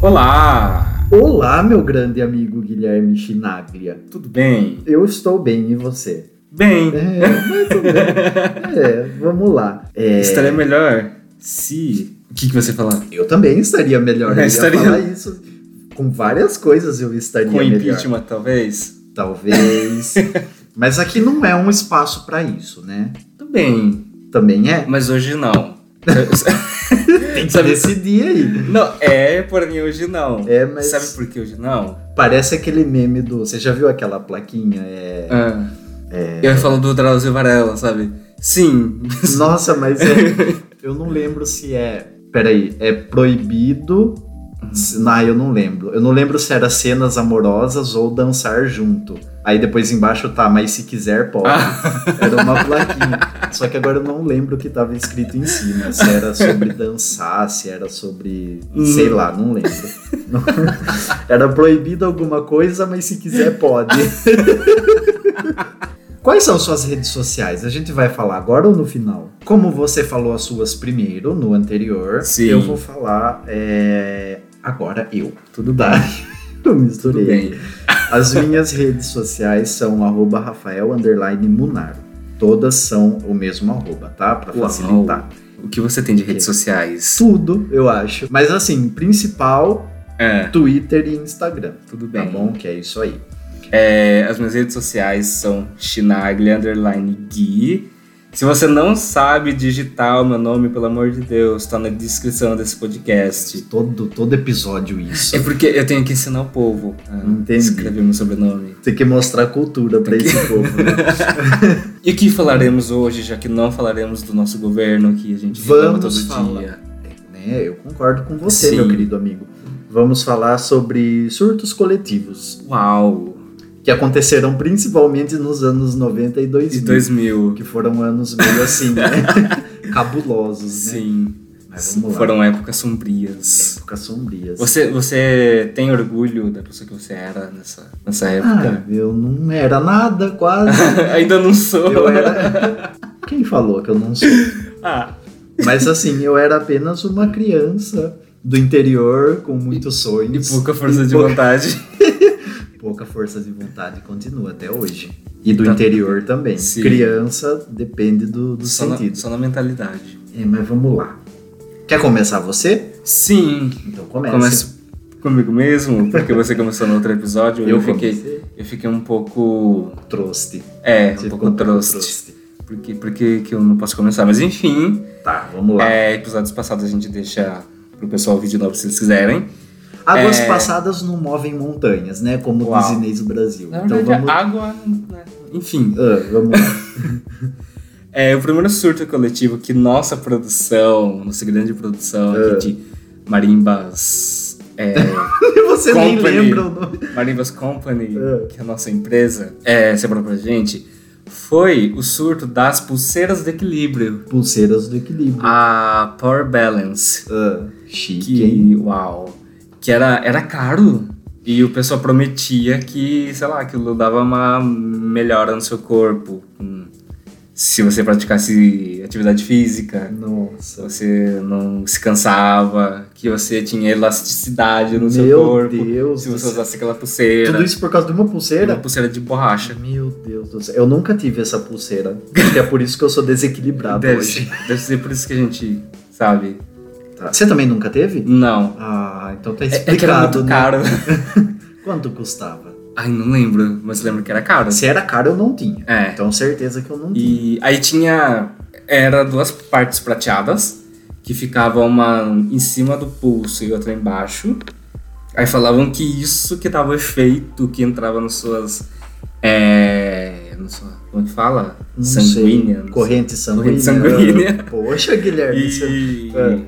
Olá! Olá, meu grande amigo Guilherme Chinaglia. Tudo bem? Eu estou bem e você? Bem! É, mais ou menos. É, vamos lá. É, Estaria melhor se. O que, que você falar? Eu também estaria melhor. Eu ia Estaria- falar isso. Com várias coisas eu estaria Com melhor. impeachment, talvez? Talvez. Mas aqui não é um espaço para isso, né? Tudo bem, Também é. mas hoje não. Tem que Sabe- decidir aí. não, é, porém hoje não. É, mas Sabe por que hoje não? parece aquele meme do. Você já viu aquela plaquinha? É. Ah, Eu ia falar do Drauzio Varela, sabe? Sim. Nossa, mas é. Eu não lembro se é. Peraí, é proibido. se- Não, eu não lembro. Eu não lembro se era cenas amorosas ou dançar junto. Aí depois embaixo tá, mas se quiser pode. Ah, Era uma plaquinha. Só que agora eu não lembro o que tava escrito em cima. Se era sobre dançar, se era sobre. Sei lá, não lembro. Não- Era proibido alguma coisa, mas se quiser pode. Quais são suas redes sociais? A gente vai falar agora ou no final? Como você falou as suas primeiro, no anterior, Sim. eu vou falar é, agora eu. Tudo Tá? Eu misturei. Tudo bem. As minhas redes sociais são arroba Rafael underline Munaro. Todas são o mesmo arroba, tá? Pra Uau. facilitar. O que você tem de redes Ok. sociais? Tudo, eu acho. Mas assim, principal, É, Twitter e Instagram. tudo bem. Tá bom? Que é isso aí. É, as minhas redes sociais são Chinaglia underline Gui. Se você não sabe digitar o meu nome, pelo amor de Deus, tá na descrição desse podcast. Todo, todo episódio isso. É porque eu tenho que ensinar o povo a Entendi. escrever meu sobrenome. Tem que mostrar cultura pra esse povo, né? E o que falaremos hoje, já que não falaremos do nosso governo, que a gente reclama Vamos todo falar. dia. né? Eu concordo com você, Sim. meu querido amigo. Vamos falar sobre surtos coletivos, Uau! que aconteceram principalmente nos anos 90 e De 2000, 2000. que foram anos meio assim, né? cabulosos, né? Sim. Mas vamos lá. né? Foram épocas sombrias. Épocas sombrias. Você, você tem orgulho da pessoa que você era nessa, nessa época? Ah, eu não era nada, quase. Ainda não sou. Ah. Eu era... Quem falou que eu não sou? Ah, Mas assim, eu era apenas uma criança do interior com muitos e sonhos. pouca força E de pouca- vontade. pouca força de vontade continua até hoje. E do Tá. interior também. Sim. Criança depende do, do Só na, sentido. só na mentalidade. É, mas vamos lá. Quer começar você? Sim. Então comece. Começo comigo mesmo, porque você começou no outro episódio. Eu, Eu fiquei. comecei. Eu fiquei um pouco. Trouste. É, Você um ficou pouco trouxe. Porque, porque que eu não posso começar. Mas enfim, Tá, vamos lá. é, episódios passados a gente deixa pro pessoal o vídeo novo se eles quiserem. Águas é- passadas não movem montanhas, né? Como Uau. diz Inês Brasil. Na Então verdade, vamos... água. né? Enfim. Ah, vamos lá. É, o primeiro surto coletivo que nossa produção, nossa grande produção aqui de marimbas. É, Você nem Company. lembra o nome. Marimbas Company, É. que é a nossa empresa, é, separou pra gente, foi o surto das pulseiras de equilíbrio. Pulseiras do equilíbrio. A Power Balance. Ah, chique, hein? Que, uau. Que era, era caro. E o pessoal prometia que, sei lá, aquilo dava uma melhora no seu corpo. hum, Se você praticasse atividade física, se Nossa. você não se cansava, que você tinha elasticidade no Meu seu corpo. Deus. Se do você céu. usasse aquela pulseira. Tudo isso por causa de uma pulseira? Uma pulseira de borracha. Meu Deus do céu. Eu nunca tive essa pulseira. Acho que é por isso que eu sou desequilibrado Deve hoje. ser, deve ser por isso que a gente sabe. Tá. Você também nunca teve? Não. Ah, então tá É, é que era explicado. muito né? caro. Quanto custava? Ai, não lembro, mas lembro que era caro. Se era caro, eu não tinha. É. Então certeza que eu não tinha. E aí tinha. Era duas partes prateadas, que ficava uma em cima do pulso e outra embaixo. Aí falavam que isso que dava efeito, que entrava nas suas. É. Não sei, como que fala? Não sei. Sanguínea. não sei. Corrente sanguínea. Corrente sanguínea. Poxa, Guilherme. Isso, E É.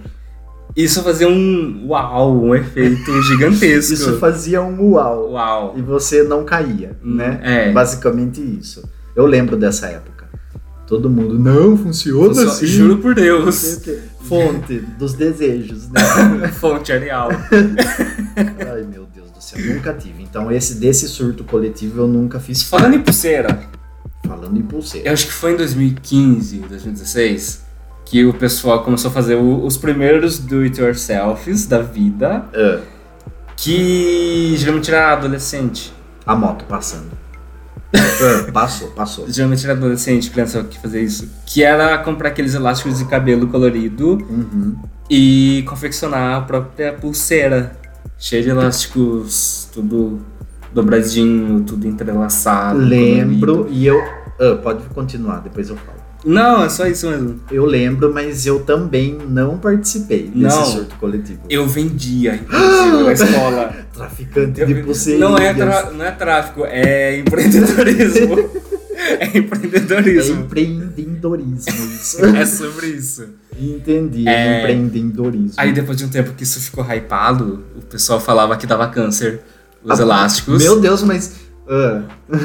isso fazia um uau, um efeito gigantesco. isso fazia um uau. Uau. E você não caía, né? É. Basicamente isso. Eu lembro dessa época. Todo mundo, não, funciona Só- assim. Juro por Não Deus. sei o quê. Fonte dos desejos, né? Fonte areal. Ai, meu Deus do céu, nunca tive. Então, esse desse surto coletivo eu nunca fiz fa- Falando em pulseira, falando em pulseira. eu acho que foi em 2015, 2016, que o pessoal começou a fazer o- os primeiros do-it-yourselfs da vida. Ah, Que geralmente era adolescente. A moto passando. É, passou, passou. Geralmente era adolescente, criança que fazia isso. Que era comprar aqueles elásticos de cabelo colorido Uhum. e confeccionar a própria pulseira. Cheia de elásticos, tudo dobradinho, tudo entrelaçado. colorido. Lembro e eu. Ah, pode continuar, depois eu falo. Não, é só isso mesmo. Eu lembro, mas eu também não participei desse Não. surto coletivo. Eu vendia, inclusive, na escola. Traficante Eu de vi- pulseirinhas. Não é, tra- não é tráfico, é empreendedorismo. é É empreendedorismo. empreendedorismo isso. É sobre isso. Entendi, É. empreendedorismo. Aí depois de um tempo que isso ficou hypado, o pessoal falava que dava câncer os Ah, elásticos. Meu Deus, mas. ah,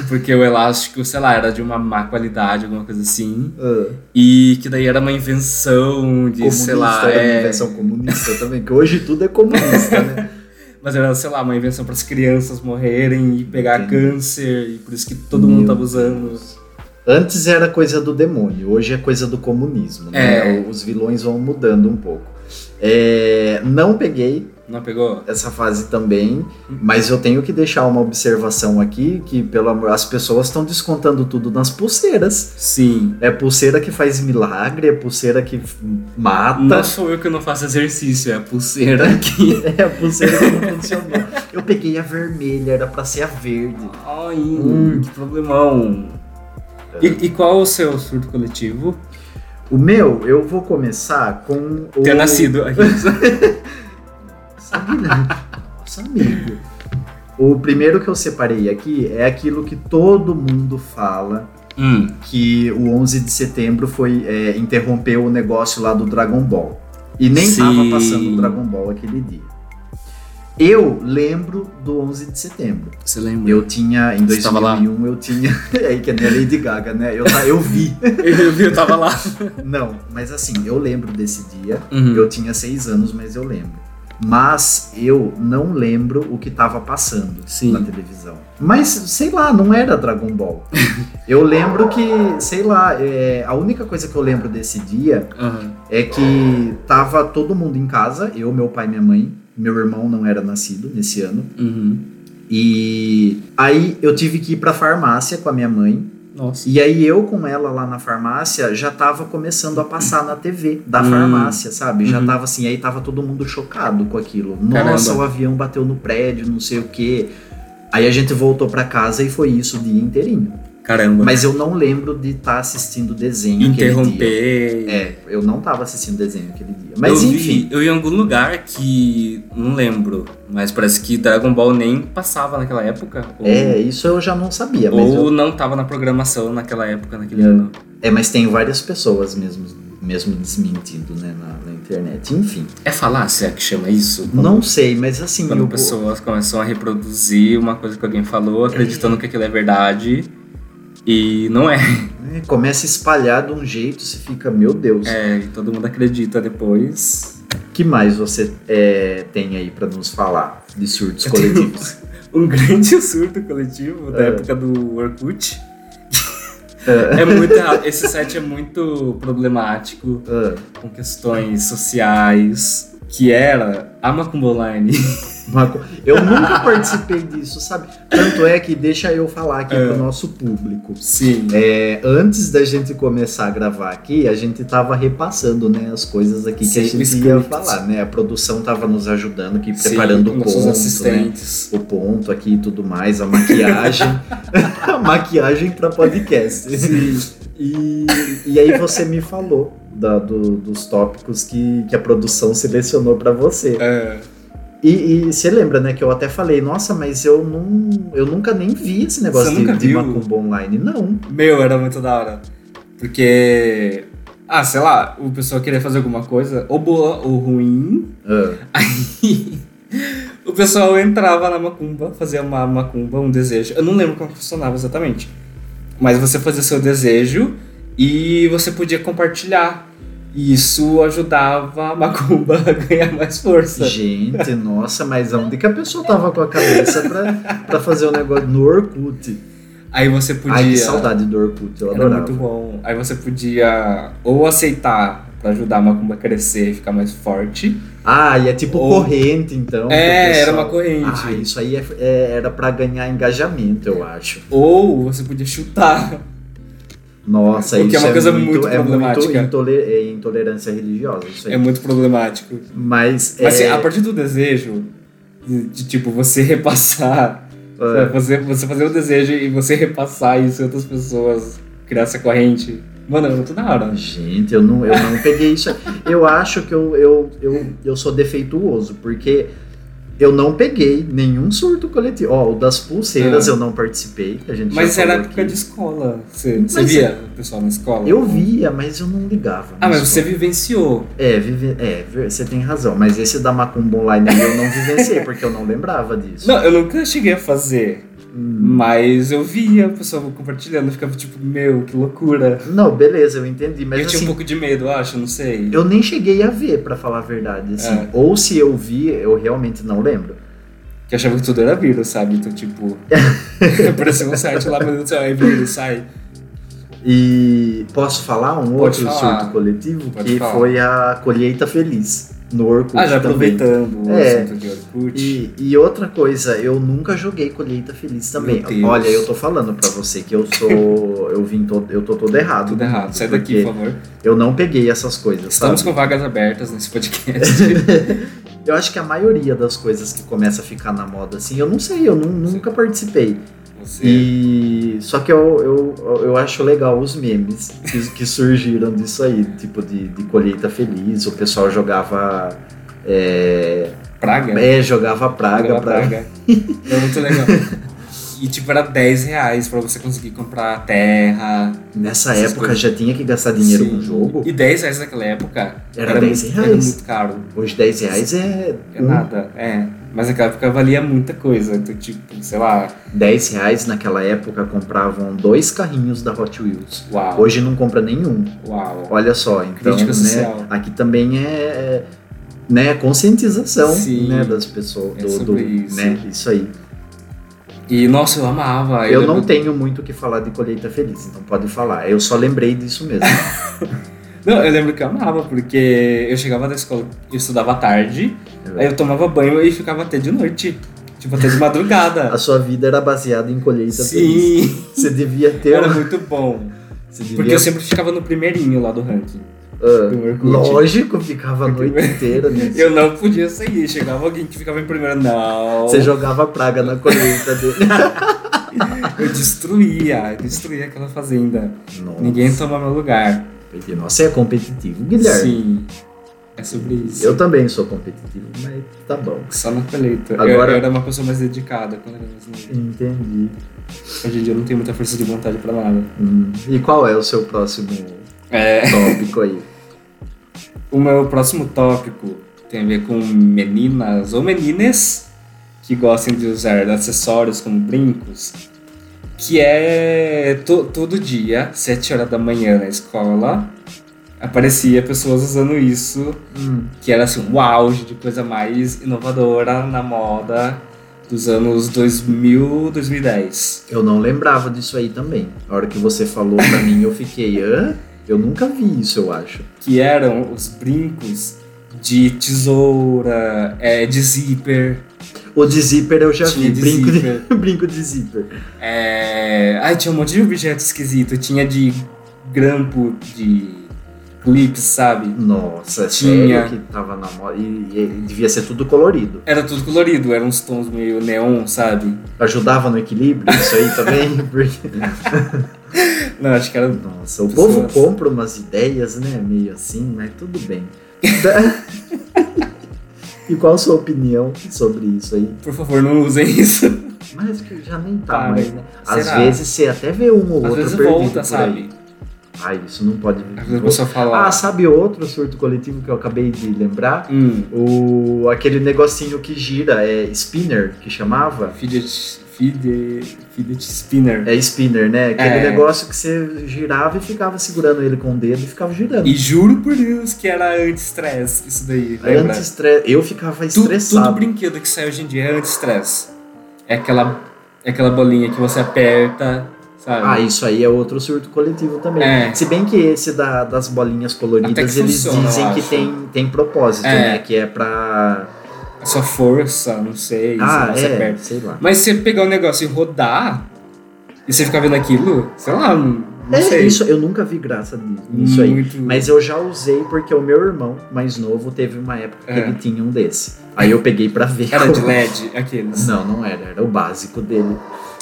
Porque o elástico, sei lá, era de uma má qualidade, alguma coisa assim. ah. E que daí era uma invenção de, comunista, sei lá, era uma é... invenção comunista também, que hoje tudo é comunista, né? Mas era, sei lá, uma invenção para as crianças morrerem e pegar Entendi. câncer. E por isso que todo mundo Meu tava usando. Antes era coisa do demônio, hoje é coisa do comunismo, É. né? Os vilões vão mudando um pouco. É, não peguei Não pegou? essa fase também, Uhum. mas eu tenho que deixar uma observação aqui que pelo amor, as pessoas estão descontando tudo nas pulseiras. Sim. É pulseira que faz milagre, é pulseira que f- mata. Não sou eu que não faço exercício, é a pulseira aqui. É, a pulseira que não funcionou. Eu peguei a vermelha, era pra ser a verde. Ai, Hum, que problemão. E, e qual o seu surto coletivo? O meu, eu vou começar com o. Ter nascido aqui. Nossa, Guilherme. Nossa, amigo. O primeiro que eu separei aqui é aquilo que todo mundo fala, Hum, que o 11 de setembro foi é, interromper o negócio lá do Dragon Ball. E nem Sim. tava passando o Dragon Ball aquele dia. Eu lembro do 11 de setembro. você lembra? Eu tinha, em Você tava lá? 2001, eu tinha... É aí que nem a Lady Gaga, né? Eu, ta- eu vi. Eu, vi, eu tava lá. Não, mas assim, eu lembro desse dia. Uhum. Eu tinha seis anos, mas eu lembro. Mas eu não lembro o que tava passando Sim. na televisão. Mas, sei lá, não era Dragon Ball. eu lembro que, sei lá, é, a única coisa que eu lembro desse dia Aham. é que tava todo mundo em casa, eu, meu pai, minha mãe. Meu irmão não era nascido nesse ano. Uhum. E aí eu tive que ir pra farmácia com a minha mãe. Nossa. E aí eu com ela lá na farmácia já tava começando a passar na TV da Hum. farmácia, sabe? Já Uhum. tava assim, aí tava todo mundo chocado com aquilo. Caramba. Nossa, o avião bateu no prédio, não sei o quê. Aí a gente voltou pra casa e foi isso o dia inteirinho. Caramba. Mas eu não lembro de estar assistindo desenho aquele dia. Interromper. É, eu não tava assistindo desenho aquele dia. Mas eu enfim, Vi, eu ia em algum lugar que. Não lembro. Mas parece que Dragon Ball nem passava naquela época. Ou, é, isso eu já não sabia, mas eu ou não tava na programação naquela época, naquele É. ano. É, mas tem várias pessoas mesmo, mesmo desmentindo, né, na, na internet. Enfim, É falácia que chama isso? não sei, mas assim, Quando o, pessoas começam a reproduzir uma coisa que alguém falou, acreditando que aquilo é verdade. E não é. é, começa a espalhar de um jeito, você fica, meu Deus, é e todo mundo acredita depois. que mais você é, tem aí pra nos falar de surtos coletivos? Um grande surto coletivo da É. época do Orkut. É muito errado. Esse site é muito problemático Ah, com questões sociais. Que era a Macumba Online. uma co- eu nunca participei disso, sabe? Tanto é que deixa eu falar aqui É. pro nosso público. Sim. É, antes da gente começar a gravar aqui, a gente tava repassando, né, as coisas aqui Sim, que a gente o script. ia falar, né? A produção tava nos ajudando aqui, Sim, preparando com o nossos ponto, né? assistentes. O ponto aqui e tudo mais, a maquiagem. a maquiagem pra podcast. E, e aí você me falou da- do- dos tópicos que, que a produção selecionou pra você. É. E, e você lembra, né, que eu até falei, nossa, mas eu, não, eu nunca nem vi esse negócio Você de, nunca de viu? macumba online. Não. Meu, era muito da hora. Porque. Ah, sei lá, o pessoal queria fazer alguma coisa, ou boa ou ruim. Ah. Aí. o pessoal entrava na macumba, fazia uma macumba, um desejo. Eu não lembro como funcionava exatamente. Mas você fazia seu desejo e você podia compartilhar. E isso ajudava a macumba a ganhar mais força. Gente, nossa, mas onde que a pessoa tava com a cabeça pra, pra fazer o negócio no Orkut? Aí você podia. Ai, que saudade do Orkut, eu Era adorava. muito bom. Aí você podia ou aceitar, pra ajudar a macumba a crescer e ficar mais forte. Ah, e é tipo Ou- corrente, então. É, que o era uma corrente. Ah, isso aí é- é- era pra ganhar engajamento, eu acho. Ou você podia chutar. Nossa, O que é isso uma coisa muito é muito problemática. intole- é intolerância religiosa, isso aí. É muito problemático. Mas, Mas é, assim, a partir do desejo, de, de, tipo, você repassar. É. ah, sabe, Você, você fazer o desejo e você repassar isso em outras pessoas, criar essa corrente. Mano, é muito da hora. Gente, eu não, eu não peguei isso. Eu acho que eu, eu, eu, eu sou defeituoso, porque eu não peguei nenhum surto coletivo. Ó, o das pulseiras Ah. eu não participei. A gente já Mas era falou época aqui. de escola. Você, você Mas é- via o pessoal na escola? Eu via, mas eu não ligava. Ah, mas Isso. você vivenciou. É, vive... é, ver- você tem razão. Mas esse da Macumba Online aí eu não vivenciei, porque eu não lembrava disso. Não, eu nunca cheguei a fazer. Hum. Mas eu via o pessoal compartilhando, eu ficava tipo, meu, que loucura. Não, beleza, eu entendi. Mas eu tinha assim, um pouco de medo, eu acho, não sei. eu nem cheguei a ver, pra falar a verdade. assim. É. Ou se eu vi, eu realmente não lembro. Que eu achava que tudo era vírus, sabe? Então, tipo. apareceu um site lá, meu Deus do céu, é vírus, sai. E posso falar um Pode outro falar. surto coletivo Pode que falar. foi a colheita feliz no Orkut Ah, já também. aproveitando o É. assunto de Orkut. E, e outra coisa, eu nunca joguei colheita feliz também. Meu Deus. Olha, eu tô falando pra você que eu sou, eu vim todo, eu tô todo errado. Tudo errado, sai daqui, Porque por favor. Eu não peguei essas coisas. Estamos sabe? com vagas abertas nesse podcast. Eu acho que a maioria das coisas que começa a ficar na moda assim, eu não sei, eu nu- nunca participei. Você. é E só que eu, eu, eu acho legal os memes que, que surgiram disso aí, tipo de, de colheita feliz, o pessoal jogava. É, Praga? é, jogava praga Jogava pra. praga. É muito legal. E tipo, era 10 reais pra você conseguir comprar terra. Nessa Essas época coisas. já tinha que gastar dinheiro Sim. com jogo. E 10 reais naquela época Era 10 muito, reais. era muito caro. Hoje 10 reais é. É Um, nada. É. Mas naquela época valia muita coisa. Então, tipo, sei lá, 10 reais naquela época compravam dois carrinhos da Hot Wheels. uau. Hoje não compra nenhum. Uau. Olha só, então, Crítica né, social. aqui também é, é, né, conscientização, Sim. né, das pessoas, É do, do sobre isso. né, isso aí. E nossa, eu amava. Eu não lembro- tenho muito o que falar de colheita feliz, então pode falar. Eu só lembrei disso mesmo. Não, eu lembro que eu amava, porque eu chegava da escola, eu estudava à tarde, aí eu tomava banho e ficava até de noite. Tipo, até de madrugada. A sua vida era baseada em colheita feliz. Sim, Você devia ter, um- era muito bom. você devia- Porque eu sempre ficava no primeirinho lá do ranking. Ah, do Orkut. lógico, ficava a Porque- noite inteira nisso. Eu não podia sair, chegava alguém que ficava em primeiro. Não. Você jogava praga na colheita dele. Eu destruía, eu destruía aquela fazenda. Nossa. Ninguém toma meu lugar. Porque, Nossa, é competitivo, Guilherme. Sim. É sobre isso. Eu também sou competitivo, mas tá bom. Só na colheita. Eu- Agora- Eu, era uma pessoa mais dedicada quando era mais nova. Entendi. Hoje em dia eu não tenho muita força de vontade pra nada. Hum, E qual é o seu próximo É. tópico aí? O meu próximo tópico tem a ver com meninas ou menines que gostem de usar acessórios como brincos, que é to- todo dia, 7 horas da manhã na escola, aparecia pessoas usando isso, Hum, que era assim, um auge de coisa mais inovadora na moda dos anos 2000, 2010. eu não lembrava disso aí também. A hora que você falou pra mim, eu fiquei, hã? Eu nunca vi isso, eu acho. Que eram os brincos de tesoura, é, de zíper, O de zíper eu já vi. tinha de brinco, zíper. De, brinco de zíper. É... Ai, tinha um monte de objeto esquisito. Tinha de grampo, de clips, sabe? Nossa, é Tinha. sério que tava na moda. E, e devia ser tudo colorido. Era tudo colorido, eram uns tons meio neon, sabe? Ajudava no equilíbrio isso aí também. Porque... Não, acho que era. Nossa, o Pessoas. povo compra umas ideias, né? Meio assim, mas tudo bem. e qual a sua opinião sobre isso aí? Por favor, não usem isso. Mas que já nem tá Para. mais, né? Às Será? vezes você até vê um ou Às outro vezes perdido volta, por aí. sabe? Ah, isso não pode Às vezes a vir. pessoa fala. Ah, sabe outro surto coletivo que eu acabei de lembrar? hum, O aquele negocinho que gira, é spinner que chamava? fidget, fidget, fidget spinner. É spinner, né? Aquele É. negócio que você girava e ficava segurando ele com o dedo e ficava girando. E juro por Deus que era anti-stress isso daí, lembra? Antes estre... eu ficava Tu- Tudo estressado. brinquedo que sai hoje em dia é anti-stress. É aquela, é aquela bolinha que você aperta, sabe? Ah, isso aí é outro surto coletivo também. É. Se bem que esse da- das bolinhas Até coloridas, que eles funciona, eu dizem que acho. tem, tem propósito, É. né? Que é pra. A sua força, não sei, ah, sei lá, você é, perde. sei lá. Mas se você pegar um negócio e rodar, e você ficar vendo aquilo, sei lá, não, não é sei. isso, eu nunca vi graça ni- nisso aí. Muito- Mas eu já usei porque o meu irmão mais novo teve uma época que É. ele tinha um desse. Aí eu peguei pra ver. Era de como- LED, aqueles. Não, não era, era o básico dele.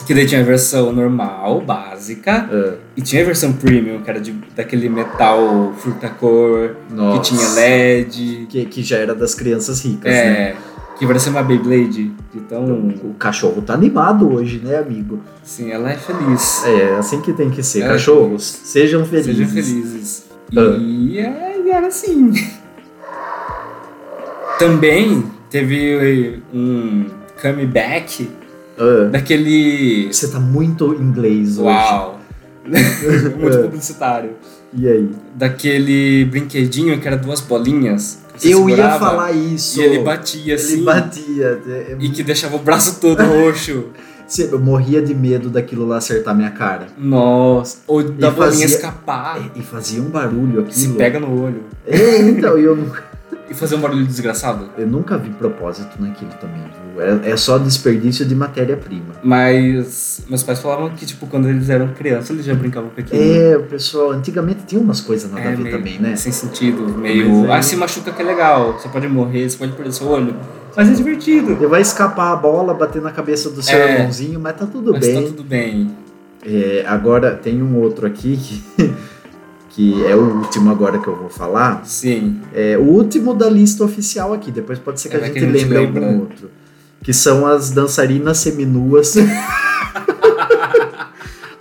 Que daí tinha a versão normal, básica, Ah, e tinha a versão premium, que era de, daquele metal frutacor, nossa. que tinha LED, Que, que já era das crianças ricas, né? é, que parecia uma Beyblade. Então, O cachorro tá animado hoje, né, amigo? assim, ela é feliz. É, assim que tem que ser. É. Cachorros, sejam felizes. Sejam felizes. Ah. E é- e era assim. Também teve um comeback Ah, daquele. você tá muito inglês hoje. Uau! Muito É. publicitário. E aí? Daquele brinquedinho que era duas bolinhas. que você eu ia segurava falar isso. E ele batia assim. Ele batia. é- é- E que deixava o braço todo roxo. Cê- Eu morria de medo daquilo lá acertar minha cara. Nossa. Ou da bolinha fazia- escapar. E fazia um barulho aquilo. Se pega no olho. É, então, eu, nunca- E fazer um barulho desgraçado. eu nunca vi propósito naquilo também. viu? É, é só desperdício de matéria-prima. Mas meus pais falavam que, tipo, quando eles eram crianças, eles já brincavam com aquilo. É, o pessoal, antigamente tinha umas coisas nada a ver É, meio também, né? sem sentido, meio. Mas é- Ah, se machuca que é legal, você pode morrer, você pode perder seu olho. Mas é divertido. Ele vai escapar a bola, bater na cabeça do seu É. irmãozinho, mas tá tudo Mas bem. tá tudo bem. É, agora tem um outro aqui que, que é o último agora que eu vou falar. Sim. É o último da lista oficial aqui, depois pode ser que É, a vai gente que a gente lembre lembra. algum outro. Que são as dançarinas seminuas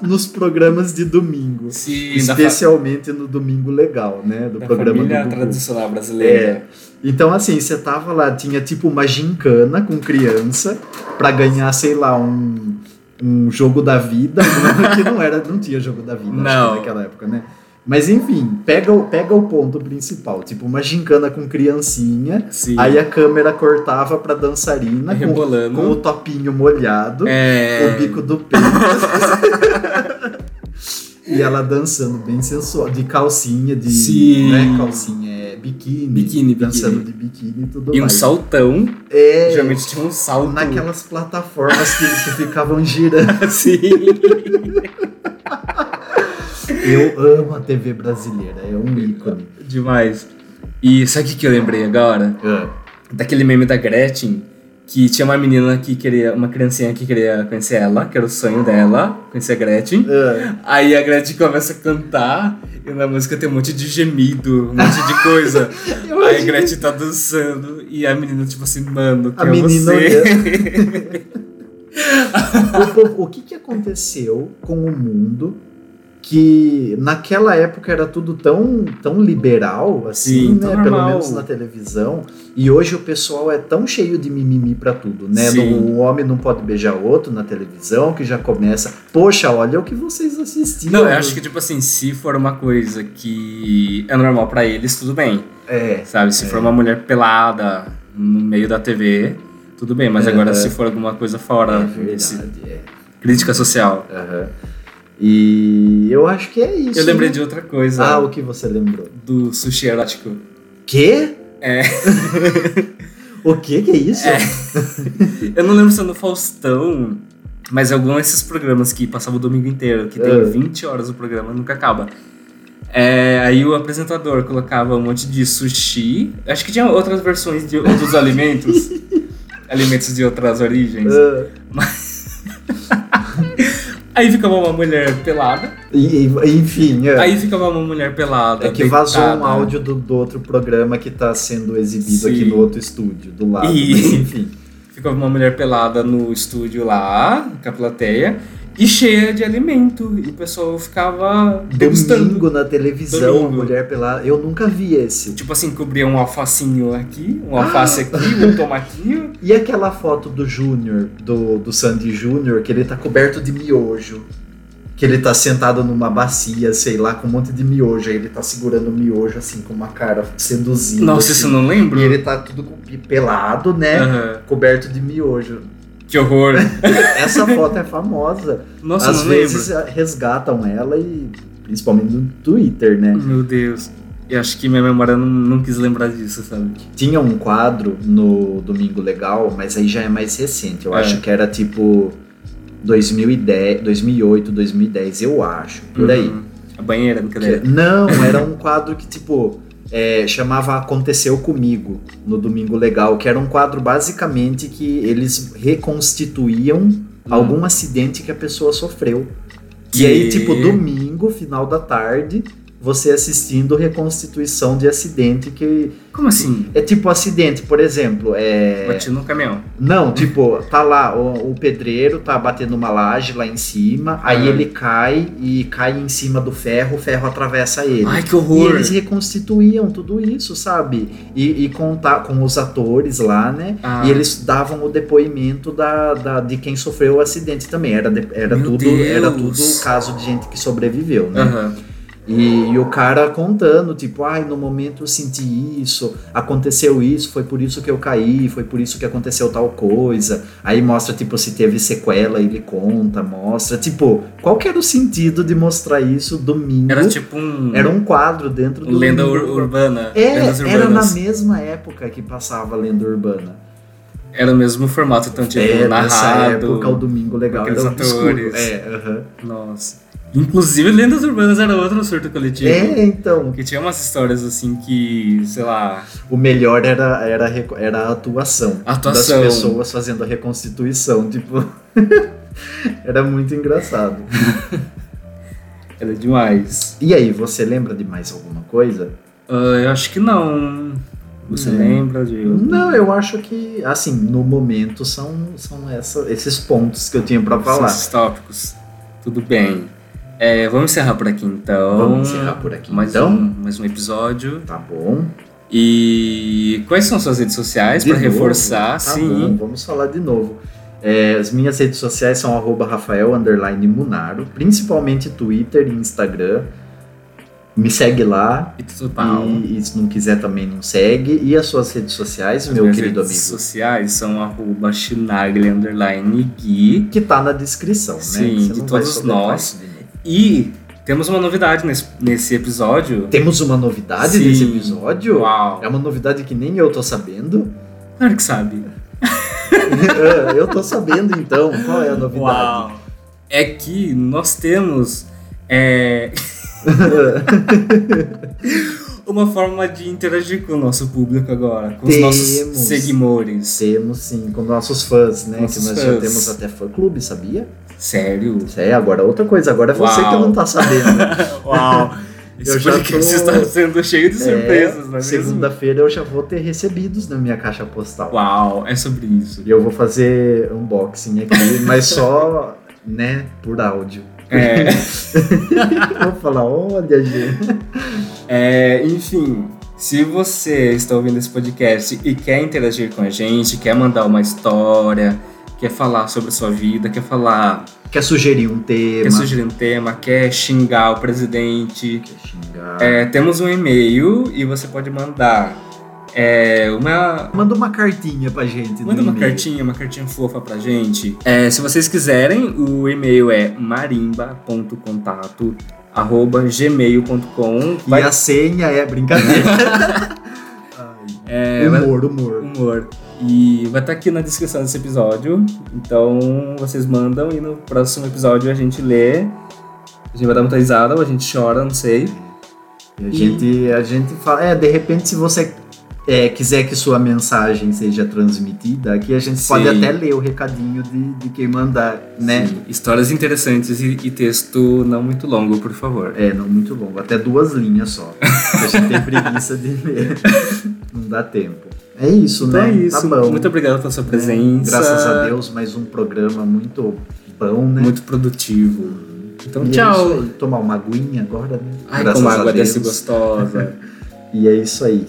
nos programas de domingo. Sim, da, fa- Especialmente no Domingo Legal, né? Do da programa família do Gugu. tradicional brasileira. Então, assim, você tava lá, tinha tipo uma gincana com criança pra ganhar, sei lá, um, um jogo da vida, né, que não era, não tinha jogo da vida acho que Não. naquela época, né? Mas enfim, pega, o- pega o ponto principal, tipo uma gincana com criancinha, Sim. tá aí a câmera cortava pra dançarina com, rebolando. com o topinho molhado, é... o bico do peito. E ela dançando bem sensual, de calcinha, de. Sim. Não é calcinha, é biquíni. Biquíni, Dançando biquíni. de biquíni e tudo E um mais. saltão. É, Geralmente tinha um salto. naquelas plataformas que, que ficavam girando. Sim. Eu amo a TV brasileira, é um ícone. Demais. E sabe o que que eu lembrei agora? daquele meme da Gretchen que tinha uma menina que queria, uma criancinha que queria conhecer ela, que era o sonho dela, conhecer a Gretchen. Ah, Aí a Gretchen começa a cantar e na música tem um monte de gemido, um monte de coisa. Eu Aí a acho Gretchen tá dançando e a menina tipo assim, mano, que A é menina você? O, povo- o que, que aconteceu com o mundo que naquela época era tudo tão, tão liberal, assim, Sim, né? tão Pelo normal. menos na televisão. E hoje o pessoal é tão cheio de mimimi pra tudo, né? Sim. No- um homem não pode beijar o outro na televisão, que já começa. Poxa, olha o que vocês assistiram. Não, eu acho que tipo assim, se for uma coisa que é normal pra eles, tudo bem. É. Sabe, se for uma mulher pelada no meio da TV, tudo bem, mas agora É. se for alguma coisa fora é desse verdade, é. crítica social, Aham. E eu acho que é isso. Eu lembrei né? de outra coisa. Ah, o que você lembrou? Do sushi erótico. Quê? É. o que que é isso? É. Eu não lembro se é no Faustão, mas é algum desses programas que passava o domingo inteiro, que tem É. 20 horas o programa, nunca acaba. É, aí o apresentador colocava um monte de sushi. Acho que tinha outras versões de outros alimentos. alimentos de outras origens. Ah. Aí ficava uma mulher pelada. E- e- enfim, é, Aí ficava uma mulher pelada. é que vazou deitada. um áudio do, do outro programa que tá sendo exibido Sim. aqui no outro estúdio, do lado. E- mas enfim, Ficava uma mulher pelada no estúdio lá, com a plateia, e cheia de alimento. E o pessoal ficava degustando. domingo um na televisão, Domingo. a mulher pelada. Eu nunca vi esse. Tipo assim, cobria um alfacinho aqui, um alface Ah. aqui, um tomatinho. E aquela foto do Júnior, do, do Sandy Júnior, que ele tá coberto de miojo. Que ele tá sentado numa bacia, sei lá, com um monte de miojo. Aí ele tá segurando o miojo, assim, com uma cara seduzindo. Nossa, isso assim. eu não E lembro. ele tá tudo com- pelado, né? Aham. Coberto de miojo. Que horror. Essa foto é famosa. Nossa, Às não vezes resgatam ela e principalmente no Twitter, né? lembro. Meu Deus. Eu acho que minha memória não, não quis lembrar disso, sabe? Tinha um quadro no Domingo Legal, mas aí já é mais recente. Eu É. acho que era tipo 2010, 2008, 2010, eu acho, por aí. Uhum. A banheira, brincadeira. Que- Não, era um quadro que, tipo, é, chamava Aconteceu Comigo, no Domingo Legal, que era um quadro basicamente que eles reconstituíam algum acidente que a pessoa sofreu. E aí, Que- tipo, domingo, final da tarde, você assistindo reconstituição de acidente que. Como assim? É tipo acidente, por exemplo, é. Bati no caminhão. Não, tipo, tá lá, o, o pedreiro tá batendo uma laje lá em cima, aí Ah. ele cai e cai em cima do ferro, o ferro atravessa ele. Ai, que E horror. eles reconstituíam tudo isso, sabe? E, e contar com os atores lá, né? Ah. E eles davam o depoimento da, da- de quem sofreu o acidente também. Era, de- era Meu tudo era tudo Deus. caso de gente que sobreviveu, né? Aham. E, e o cara contando, tipo, ai, no momento eu senti isso, aconteceu isso, foi por isso que eu caí, foi por isso que aconteceu tal coisa. Aí mostra, tipo, se teve sequela, ele conta, mostra. Tipo, qual que era o sentido de mostrar isso domingo? Era tipo um. Era um quadro dentro do. Lenda ur- domingo. urbana. É, lendas era na urbanas. mesma época que passava a lenda urbana. Era o mesmo formato, então, tipo, é, nessa narrado. época, o Domingo Legal aqueles era obscuro. atores. É, aham. Nossa. Inclusive, lendas urbanas era outro surto coletivo. é, então, Porque tinha umas histórias assim que, sei lá, o melhor era, era, a reco- era a atuação, Atuação. das pessoas fazendo a reconstituição, tipo... era muito engraçado. era demais. E aí, você lembra de mais alguma coisa? Ah, eu acho que não. Você Não. lembra de. Não, eu acho que, assim, no momento são, são essa- esses pontos que eu tinha pra falar. Esses tópicos. Tudo bem. É, vamos encerrar por aqui então. Vamos encerrar por aqui, mais então. Um, mais um episódio. Tá bom. E quais são suas redes sociais De para novo? reforçar? Tá bom, Sim. vamos falar de novo. É, as minhas redes sociais são arroba Rafael underline Munaro, principalmente Twitter e Instagram. Me segue lá. E tudo pau. E, e se não quiser também não segue. E as suas redes sociais, As meu minhas querido redes amigo. sociais são arroba Schinagli, underline, Gui. Que tá na descrição, né? Sim, Você de não vai todos soltar nós. isso de novo. E temos uma novidade nesse, nesse episódio. Temos uma novidade Sim. nesse episódio? Uau. É uma novidade que nem eu tô sabendo. Claro que sabe. eu tô sabendo então. Qual é a novidade? É que nós temos é, uma forma de interagir com o nosso público agora, com os nossos Temos. seguidores. Temos sim, com nossos fãs, né? Nossos que nós já fãs. temos até fã clube, sabia? Sério? Isso é agora outra coisa, agora é você Uau. é que não tá sabendo. Uau! Esse Eu já podcast tô- está sendo cheio de surpresas, não é É, mesmo? Segunda-feira eu já vou ter recebidos na minha caixa postal. Uau, é sobre isso. E eu vou fazer unboxing aqui, mas só, né, por áudio. É, vou falar, olha, gente. é, enfim, se você está ouvindo esse podcast e quer interagir com a gente, quer mandar uma história, quer falar sobre a sua vida, quer falar, Quer sugerir um tema? quer sugerir um tema, quer xingar o presidente, Quer xingar? É, temos um e-mail e você pode mandar é, uma. Manda uma cartinha pra gente. Manda no uma Um e-mail. cartinha, uma cartinha fofa pra gente. É, se vocês quiserem, o e-mail é marimba.contato.gmail.com. E a senha é brincadeira. Ai, É, vai- humor, humor. humor. E vai estar aqui na descrição desse episódio. Então vocês mandam e no próximo episódio a gente lê. A gente vai dar muita risada ou a gente chora, não sei. E a gente, a gente fala, é, de repente, se você é, quiser que sua mensagem seja transmitida, aqui a gente Sim. pode até ler o recadinho de, de quem mandar, né? Sim, Histórias interessantes e, e texto não muito longo, por favor. É, não muito longo, até duas linhas só. A gente tem preguiça de ler. Não dá tempo. É isso, Então né? é isso. Tá bom. Muito obrigado pela sua presença. Graças a Deus, mais um programa muito bom, né? Muito produtivo. Então, E é isso tchau. aí. Tomar uma aguinha agora, né? Ai, Graças como a a água Deus. desce gostosa. E é isso aí.